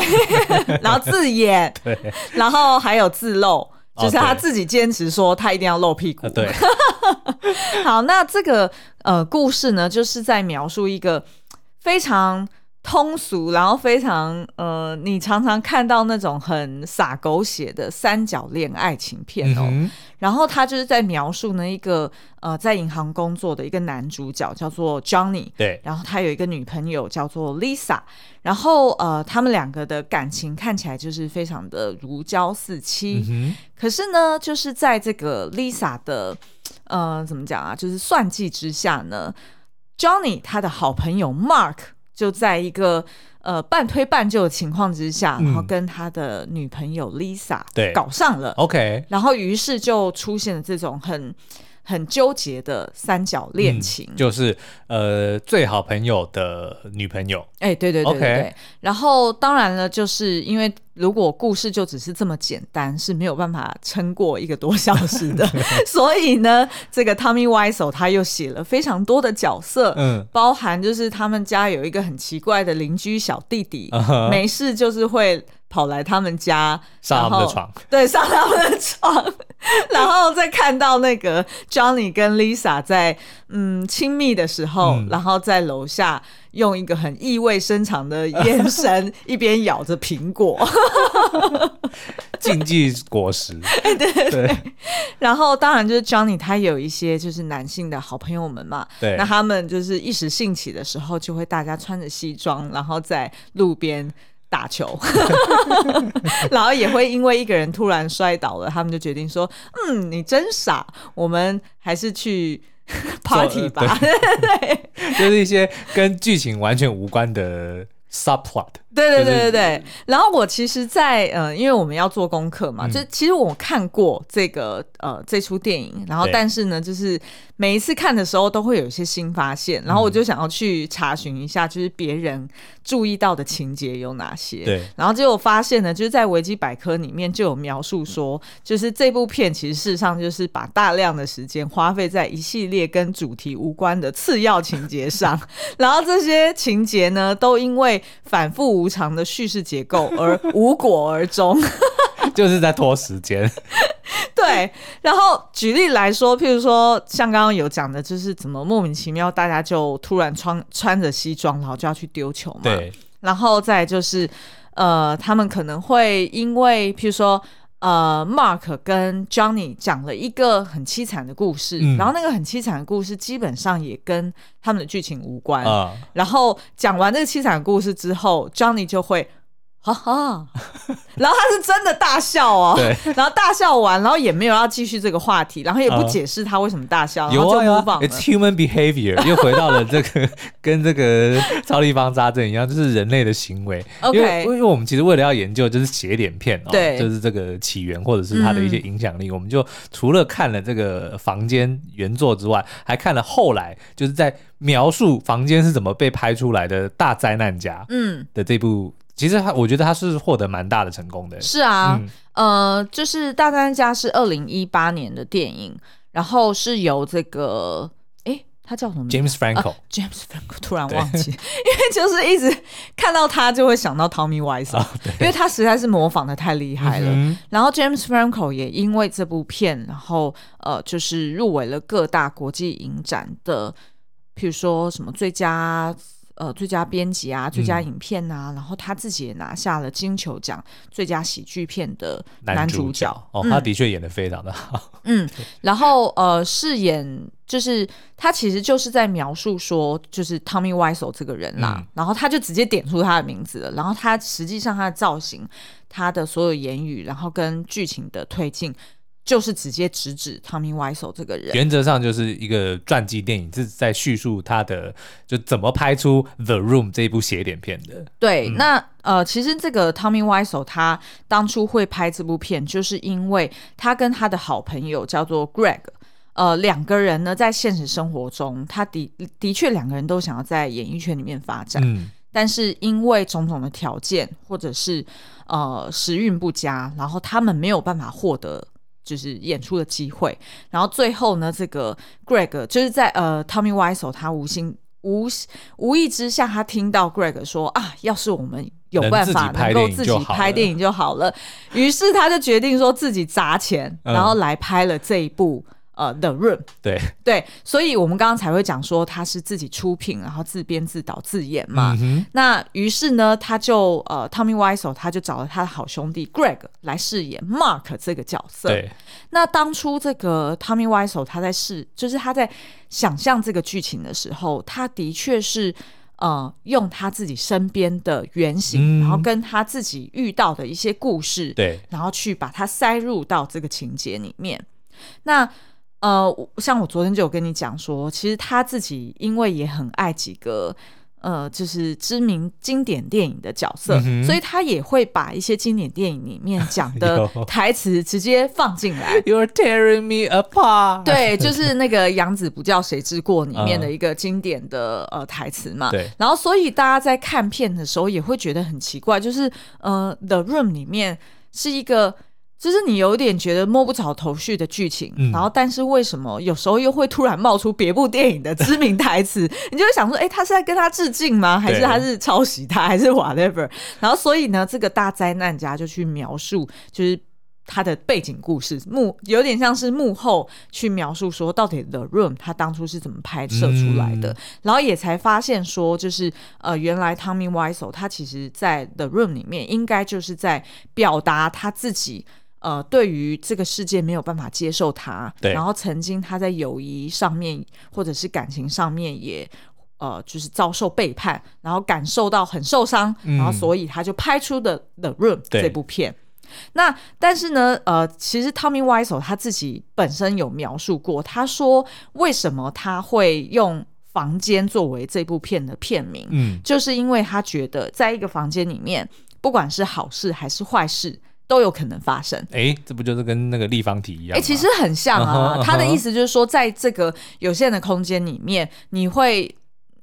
Speaker 2: 然后自演，
Speaker 1: 对，
Speaker 2: 然后还有自露，
Speaker 1: 哦
Speaker 2: 就是他
Speaker 1: 对
Speaker 2: 自己坚持说他一定要露屁股。
Speaker 1: 呃 对，
Speaker 2: 好，那这个呃故事呢，就是在描述一个非常通俗，然后非常呃，你常常看到那种很洒狗血的三角恋爱情片
Speaker 1: 嗯
Speaker 2: 哦。
Speaker 1: 哼，
Speaker 2: 然后他就是在描述呢一个呃在银行工作的一个男主角，叫做 Johnny。
Speaker 1: 对，
Speaker 2: 然后他有一个女朋友叫做 Lisa，然后呃，他们两个的感情看起来就是非常的如胶似漆。
Speaker 1: 嗯
Speaker 2: 可是呢，就是在这个 Lisa 的呃怎么讲啊，就是算计之下呢，Johnny 他的好朋友 Mark 就在一个呃半推半就的情况之下，
Speaker 1: 嗯
Speaker 2: 然后跟他的女朋友 Lisa
Speaker 1: 对哦
Speaker 2: 搞上了，
Speaker 1: ，OK，
Speaker 2: 然后于是就出现了这种很很纠结的三角恋情。
Speaker 1: 嗯就是呃最好朋友的女朋友。
Speaker 2: 哎、对对对对
Speaker 1: OK
Speaker 2: 对。然后当然了，就是因为如果故事就只是这么简单，是没有办法撑过一个多小时 的。所以呢，这个 Tommy Wiseau 他又写了非常多的角色。
Speaker 1: 嗯，
Speaker 2: 包含就是他们家有一个很奇怪的邻居小弟弟
Speaker 1: 啊哈
Speaker 2: 没事就是会跑来他们家
Speaker 1: 上他们
Speaker 2: 然
Speaker 1: 的
Speaker 2: 后
Speaker 1: 床。
Speaker 2: 对，上他们的床，然后再看到那个 Johnny 跟 Lisa 在嗯亲密的时候，
Speaker 1: 嗯
Speaker 2: 然后在楼下用一个很意味深长的眼神，一边咬着苹果，
Speaker 1: 禁忌果实。对对对
Speaker 2: 然后当然就是 Johnny 他有一些就是男性的好朋友们嘛，
Speaker 1: 对
Speaker 2: 那他们就是一时兴起的时候，就会大家穿着西装，然后在路边。打球， 然后也会因为一个人突然摔倒了，他们就决定说：“嗯，你真傻，我们还是去 party 吧。
Speaker 1: 就是一些跟剧情完全无关的 subplot。
Speaker 2: 对对
Speaker 1: 就
Speaker 2: 对
Speaker 1: 是嗯
Speaker 2: 对对。然后我其实在，呃，因为我们要做功课
Speaker 1: 嗯
Speaker 2: 嘛，就其实我看过这个呃这出电影，然后
Speaker 1: 对
Speaker 2: 但是呢，就是每一次看的时候都会有一些新发现，
Speaker 1: 嗯
Speaker 2: 然后我就想要去查询一下，就是别人注意到的情节有哪些。
Speaker 1: 对
Speaker 2: 然后结果发现呢，就是在维基百科里面就有描述说，就是这部片其实事实上就是把大量的时间花费在一系列跟主题无关的次要情节上， 然后这些情节呢，都因为反复无常的叙事结构而无果而终。
Speaker 1: 就是在拖时间。
Speaker 2: 对，然后举例来说，譬如说像刚刚有讲的，就是怎么莫名其妙大家就突然穿穿着西装，然后就要去丢球嘛。。
Speaker 1: 对，
Speaker 2: 然后再来就是，呃，他们可能会因为譬如说，呃，Mark 跟 Johnny 讲了一个很凄惨的故事，
Speaker 1: 嗯
Speaker 2: 然后那个很凄惨的故事基本上也跟他们的剧情无关。
Speaker 1: 啊、
Speaker 2: 然后讲完这个凄惨的故事之后，Johnny 就会。哈哈，然后他是真的大笑哦，
Speaker 1: 对，啊
Speaker 2: 然后大笑完，然后也没有要继续这个话题，然后也不解释他为什么大笑，然
Speaker 1: 有
Speaker 2: 后就
Speaker 1: 啊有
Speaker 2: move
Speaker 1: 啊
Speaker 2: on 了。
Speaker 1: ，It's human behavior，又回到了这 个跟这个超立方扎针一样，就是人类的行为。因为
Speaker 2: OK，
Speaker 1: 因为我们其实为了要研究就是斜点片哦，
Speaker 2: 对
Speaker 1: 就是这个起源或者是它的一些影响力，我们就除了看了这个房间原作之外，还看了后来就是在描述房间是怎么被拍出来的《大灾难家》
Speaker 2: 嗯，
Speaker 1: 的这部，其实它我觉得它是获得蛮大的成功的。
Speaker 2: 是啊，
Speaker 1: 嗯
Speaker 2: 呃，就是《大三家》是二零一八年的电影，然后是由这个，诶，他叫什么名字
Speaker 1: ，James Franco，、
Speaker 2: James Franco 突然忘记，因为就是一直看到他就会想到 Tommy Wiseau，、因为他实在是模仿的太厉害了。
Speaker 1: 哦嗯
Speaker 2: 然后 James Franco 也因为这部片，然后呃，就是入围了各大国际影展的，譬如说什么最佳呃最佳编辑啊、最佳影片啊，然后他自己也拿下了金球奖最佳喜剧片的男
Speaker 1: 男
Speaker 2: 主
Speaker 1: 角
Speaker 2: 角。
Speaker 1: 哦，他的确演的非常的好，
Speaker 2: 嗯，然后呃，饰演就是他其实就是在描述说，就是 Tommy Wiseau 这个人啦，
Speaker 1: 嗯
Speaker 2: 然后他就直接点出他的名字了，然后他实际上他的造型、他的所有言语，然后跟剧情的推进，就是直接直指 Tommy Wiseau 这个人。
Speaker 1: 原则上就是一个传记电影，是在叙述他的就怎么拍出《The Room》这一部斜点片的。
Speaker 2: 对，那呃，其实这个 Tommy Wiseau 他当初会拍这部片，就是因为他跟他的好朋友叫做 Greg，呃，两个人呢在现实生活中，他的的确两个人都想要在演艺圈里面发展，
Speaker 1: 嗯，
Speaker 2: 但是因为种种的条件或者是呃时运不佳，然后他们没有办法获得。就是演出的机会，然后最后呢，这个 Greg 就是在呃 Tommy Wiseau 他无心无无意之下，他听到 Greg 说啊，要是我们有办法能够
Speaker 1: 能
Speaker 2: 自
Speaker 1: 自
Speaker 2: 己
Speaker 1: 己
Speaker 2: 拍
Speaker 1: 拍
Speaker 2: 电
Speaker 1: 电
Speaker 2: 影就好了，于是他就决定说自己砸钱，
Speaker 1: 嗯
Speaker 2: 然后来拍了这一部呃 The Room。
Speaker 1: 对，
Speaker 2: 对，所以我们刚刚才会讲说他是自己出品，然后自编自导自演嘛。
Speaker 1: 哼
Speaker 2: 那于是呢，他就呃，Tommy Wiseau 他就找了他的好兄弟 Greg 来饰演 Mark 这个角色。
Speaker 1: 对，
Speaker 2: 那当初这个 Tommy Wiseau 他在试，就是他在想象这个剧情的时候，他的确是呃用他自己身边的原
Speaker 1: 嗯
Speaker 2: 型，然后跟他自己遇到的一些故事，
Speaker 1: 对，
Speaker 2: 然后去把它塞入到这个情节里面。那呃，我像我昨天就有跟你讲说，其实他自己因为也很爱几个呃，就是知名经典电影的角色，
Speaker 1: 嗯哼
Speaker 2: 所以他也会把一些经典电影里面讲的
Speaker 1: 有。
Speaker 2: 台词直接放进来
Speaker 1: You're tearing me apart。
Speaker 2: 对，就是那个“养子不教，谁之过”里面的一个经典的、呃台词嘛。
Speaker 1: 对
Speaker 2: 然后，所以大家在看片的时候也会觉得很奇怪，就是呃，《The Room》里面是一个，就是你有点觉得摸不着头绪的剧情，
Speaker 1: 嗯
Speaker 2: 然后但是为什么有时候又会突然冒出别部电影的知名台词， 你就会想说，哎、他是在跟他致敬吗？还是
Speaker 1: 对
Speaker 2: 他是抄袭他，还是 whatever？然后，所以呢，这个大灾难家就去描述，就是。他的背景故事幕有点像是幕后去描述说，到底《The Room》他当初是怎么拍摄出来的，
Speaker 1: 嗯
Speaker 2: 然后也才发现说，就是呃，原来 Tommy Wiseau 他其实在《The Room》里面应该就是在表达他自己。呃，对于这个世界没有办法接受他，
Speaker 1: 对
Speaker 2: 然后曾经他在友谊上面或者是感情上面也呃就是遭受背叛，然后感受到很受伤，
Speaker 1: 嗯
Speaker 2: 然后所以他就拍出的《The Room》
Speaker 1: 对
Speaker 2: 这部片。那但是呢，呃，其实 Tommy Wiseau 他自己本身有描述过，他说为什么他会用房间作为这部片的片名，
Speaker 1: 嗯，
Speaker 2: 就是因为他觉得在一个房间里面，不管是好事还是坏事，都有可能发生。
Speaker 1: 哎，这不就是跟那个立方体一样
Speaker 2: 哎、
Speaker 1: 吗？
Speaker 2: 其实很像
Speaker 1: 嗯
Speaker 2: 啊。
Speaker 1: 哼
Speaker 2: 他的
Speaker 1: 嗯哼
Speaker 2: 意思就是说，在这个有限的空间里面，你会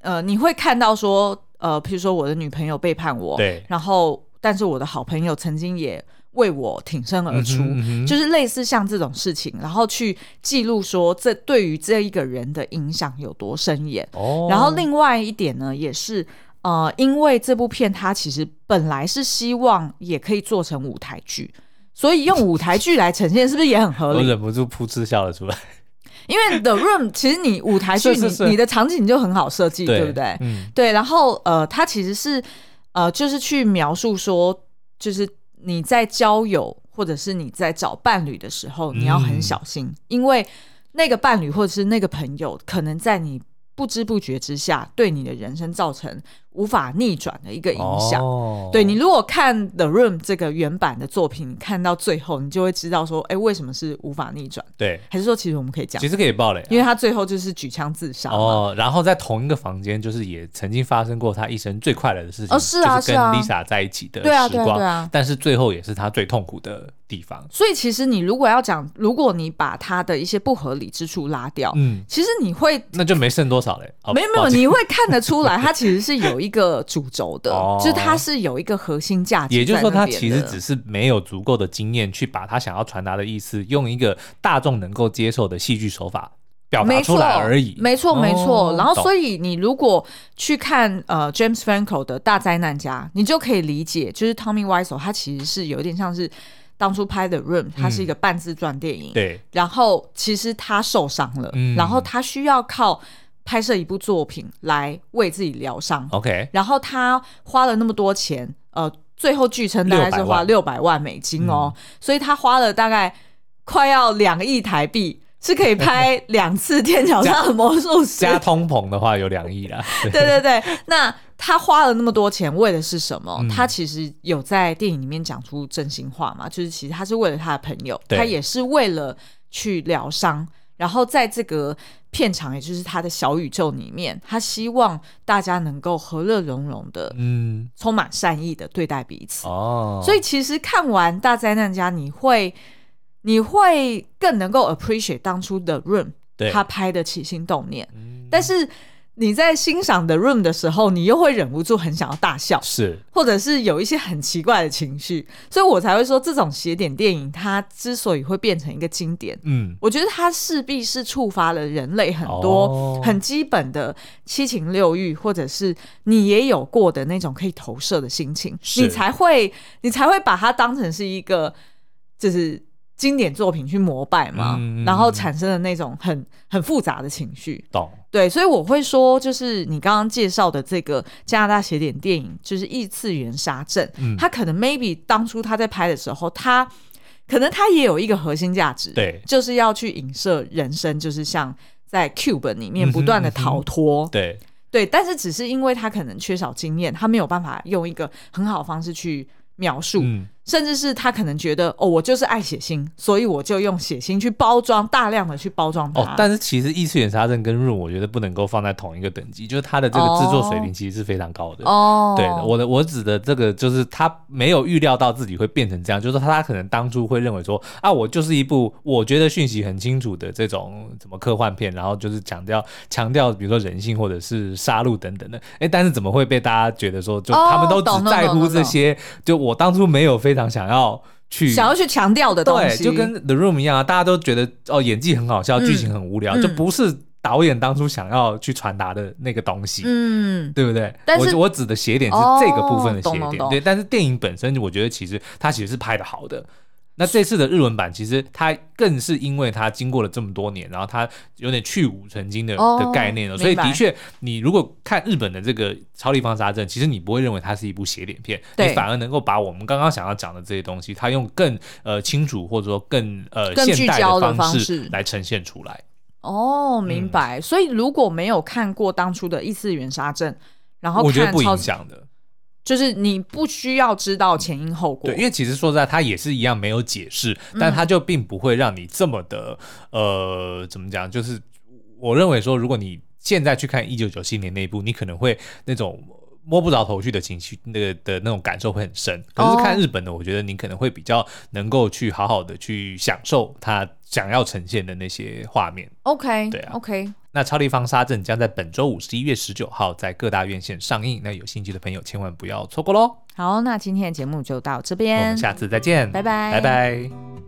Speaker 2: 呃，你会看到说，呃，譬如说我的女朋友背叛我，
Speaker 1: 对
Speaker 2: 然后但是我的好朋友曾经也为我挺身而出，
Speaker 1: 嗯哼嗯哼
Speaker 2: 就是类似像这种事情，然后去记录说这对于这一个人的影响有多深远。
Speaker 1: 哦，
Speaker 2: 然后另外一点呢，也是呃，因为这部片它其实本来是希望也可以做成舞台剧，所以用舞台剧来呈现，是不是也很合
Speaker 1: 我
Speaker 2: 理？
Speaker 1: 忍不住噗嗤笑了出来。
Speaker 2: 因为 The Room 其实你舞台 剧，
Speaker 1: 是是是
Speaker 2: 你你的场景就很好设计，对不对？
Speaker 1: 嗯，
Speaker 2: 对，然后呃，它其实是呃，就是去描述说，就是你在交友或者是你在找伴侣的时候，你要很
Speaker 1: 嗯
Speaker 2: 小心，因为那个伴侣或者是那个朋友，可能在你不知不觉之下，对你的人生造成无法逆转的一个影响。
Speaker 1: 哦
Speaker 2: 对你，如果看《The Room》这个原版的作品，看到最后，你就会知道说，哎，为什么是无法逆转？
Speaker 1: 对，
Speaker 2: 还是说，其实我们可以讲
Speaker 1: 其，实可以爆雷啊、
Speaker 2: 因为他最后就是举枪自杀嘛。
Speaker 1: 哦，然后在同一个房间，就是也曾经发生过他一生最快乐的事情，
Speaker 2: 哦是啊
Speaker 1: 就是
Speaker 2: 是
Speaker 1: 跟
Speaker 2: 啊
Speaker 1: Lisa 在一起的时
Speaker 2: 对啊
Speaker 1: 光，
Speaker 2: 对啊对啊哦
Speaker 1: 但是最后也是他最痛苦的地方。
Speaker 2: 所以其实你如果要讲，如果你把它的一些不合理之处拉掉，
Speaker 1: 嗯，
Speaker 2: 其实你会
Speaker 1: 那就没剩多少嘞。哦
Speaker 2: 没有没
Speaker 1: 抱
Speaker 2: 有，
Speaker 1: 歉
Speaker 2: 你会看得出来， 它其实是有一个主轴的，
Speaker 1: 哦
Speaker 2: 就是它是有一个核心价值在
Speaker 1: 也
Speaker 2: 那边的。
Speaker 1: 就是说，他其实只是没有足够的经验去把他想要传达的意思，用一个大众能够接受的戏剧手法表达
Speaker 2: 没
Speaker 1: 出
Speaker 2: 错
Speaker 1: 来而已。
Speaker 2: 没错没错。
Speaker 1: 哦
Speaker 2: 然后
Speaker 1: 懂
Speaker 2: 所以你如果去看呃 James Franco 的《大灾难家》，你就可以理解，就是 Tommy Wiseau 他其实是有点像是当初拍的《Room》，它
Speaker 1: 嗯
Speaker 2: 是一个半自传电影，
Speaker 1: 对，
Speaker 2: 然后其实他受伤了，
Speaker 1: 嗯
Speaker 2: 然后他需要靠拍摄一部作品来为自己疗伤，
Speaker 1: OK，
Speaker 2: 然后他花了那么多钱，呃，最后据称大概是花六百万美金哦，所以他花了大概快要两亿台币，是可以 拍两次《天桥上的魔术师
Speaker 1: 加》。通膨的话有两亿啦。
Speaker 2: 对 对对，那他花了那么多钱，为的是什么？
Speaker 1: 嗯
Speaker 2: 他其实有在电影里面讲出真心话嘛，就是其实他是为了他的朋友，
Speaker 1: 对
Speaker 2: 他也是为了去疗伤。然后在这个片场，也就是他的小宇宙里面，他希望大家能够和乐融融的
Speaker 1: 嗯，
Speaker 2: 充满善意的对待彼此。
Speaker 1: 哦，
Speaker 2: 所以其实看完《大灾难家》，你会你会更能够 appreciate 当初的 Room
Speaker 1: 对
Speaker 2: 他拍的起心动念，
Speaker 1: 嗯
Speaker 2: 但是。你在欣赏的 room 的时候，你又会忍不住很想要大笑，
Speaker 1: 是
Speaker 2: 或者是有一些很奇怪的情绪，所以我才会说，这种邪典电影它之所以会变成一个经典，
Speaker 1: 嗯，
Speaker 2: 我觉得它势必是触发了人类很多、
Speaker 1: 哦
Speaker 2: 很基本的七情六欲，或者是你也有过的那种可以投射的心情，
Speaker 1: 是
Speaker 2: 你才会你才会把它当成是一个就是经典作品去膜拜嘛，
Speaker 1: 嗯
Speaker 2: 然后产生的那种很很复杂的情绪。
Speaker 1: 懂。
Speaker 2: 对，所以我会说，就是你刚刚介绍的这个加拿大写点电影，就是异次元杀阵，
Speaker 1: 嗯
Speaker 2: 他可能 maybe 当初他在拍的时候，他可能他也有一个核心价值，
Speaker 1: 对
Speaker 2: 就是要去影射人生，就是像在 Cube 里
Speaker 1: 嗯
Speaker 2: 面
Speaker 1: 哼
Speaker 2: 不断的
Speaker 1: 嗯哼
Speaker 2: 逃脱，
Speaker 1: 对，
Speaker 2: 对，但是只是因为他可能缺少经验，他没有办法用一个很好的方式去描述，
Speaker 1: 嗯，
Speaker 2: 甚至是他可能觉得哦，我就是爱血腥，所以我就用血腥去包装，大量的去包装它。
Speaker 1: 哦，但是其实异次元杀阵跟润，我觉得不能够放在同一个等级，就是它的这个制作水平其实是非常高的。
Speaker 2: 哦
Speaker 1: 对的，我的我指的这个就是他没有预料到自己会变成这样，就是他可能当初会认为说啊，我就是一部我觉得讯息很清楚的这种什么科幻片，然后就是强调强调比如说人性或者是杀戮等等的，哎，但是怎么会被大家觉得说就
Speaker 2: 哦
Speaker 1: 他们都
Speaker 2: 懂
Speaker 1: 只
Speaker 2: 懂
Speaker 1: 在
Speaker 2: 懂
Speaker 1: 乎
Speaker 2: 懂
Speaker 1: 这
Speaker 2: 懂
Speaker 1: 些，就我当初没有非常想要去
Speaker 2: 想要去强调的东
Speaker 1: 对，
Speaker 2: 西，
Speaker 1: 就跟 The Room 一样啊，大家都觉得哦演技很好笑，
Speaker 2: 嗯
Speaker 1: 剧情很无聊，
Speaker 2: 嗯
Speaker 1: 就不是导演当初想要去传达的那个东西。
Speaker 2: 嗯，
Speaker 1: 对不对？
Speaker 2: 但是
Speaker 1: 我我指的斜点是
Speaker 2: 哦
Speaker 1: 这个部分的斜
Speaker 2: 懂
Speaker 1: 点，
Speaker 2: 懂懂
Speaker 1: 对。但是电影本身，我觉得其实它其实是拍的好的。那这次的日文版，其实它更是因为它经过了这么多年，然后它有点去芜存菁的、
Speaker 2: 哦
Speaker 1: 的概念了，所以
Speaker 2: 明白
Speaker 1: 的确，你如果看日本的这个《超立方杀阵》，其实你不会认为它是一部斜点片，你
Speaker 2: 对
Speaker 1: 反而能够把我们刚刚想要讲的这些东西，它用更呃清楚或者说更呃
Speaker 2: 更
Speaker 1: 现代
Speaker 2: 聚焦的
Speaker 1: 方
Speaker 2: 方
Speaker 1: 式
Speaker 2: 式
Speaker 1: 来呈现出来。嗯
Speaker 2: 哦，明白。所以如果没有看过当初的异次元杀阵，然后
Speaker 1: 我觉得
Speaker 2: 看
Speaker 1: 不
Speaker 2: 超
Speaker 1: 影，响的。
Speaker 2: 就是你不需要知道前因后果。
Speaker 1: 对，因为其实说实在，它也是一样没有解释，
Speaker 2: 嗯
Speaker 1: 但它就并不会让你这么的、呃，怎么讲？就是我认为说，如果你现在去看一九九七年那一部，你可能会那种摸不着头绪的情绪，那个的那种感受会很深。可是看
Speaker 2: 哦
Speaker 1: 日本的，我觉得你可能会比较能够去好好的去享受它想要呈现的那些画面。
Speaker 2: OK，
Speaker 1: 对啊
Speaker 2: o k
Speaker 1: 那《超立方沙阵》将在本周五十一月十九号在各大院线上映，那有兴趣的朋友千万不要错过喽！
Speaker 2: 好，那今天的节目就到这
Speaker 1: 我
Speaker 2: 边，
Speaker 1: 们下次再见，
Speaker 2: 拜拜
Speaker 1: 拜拜。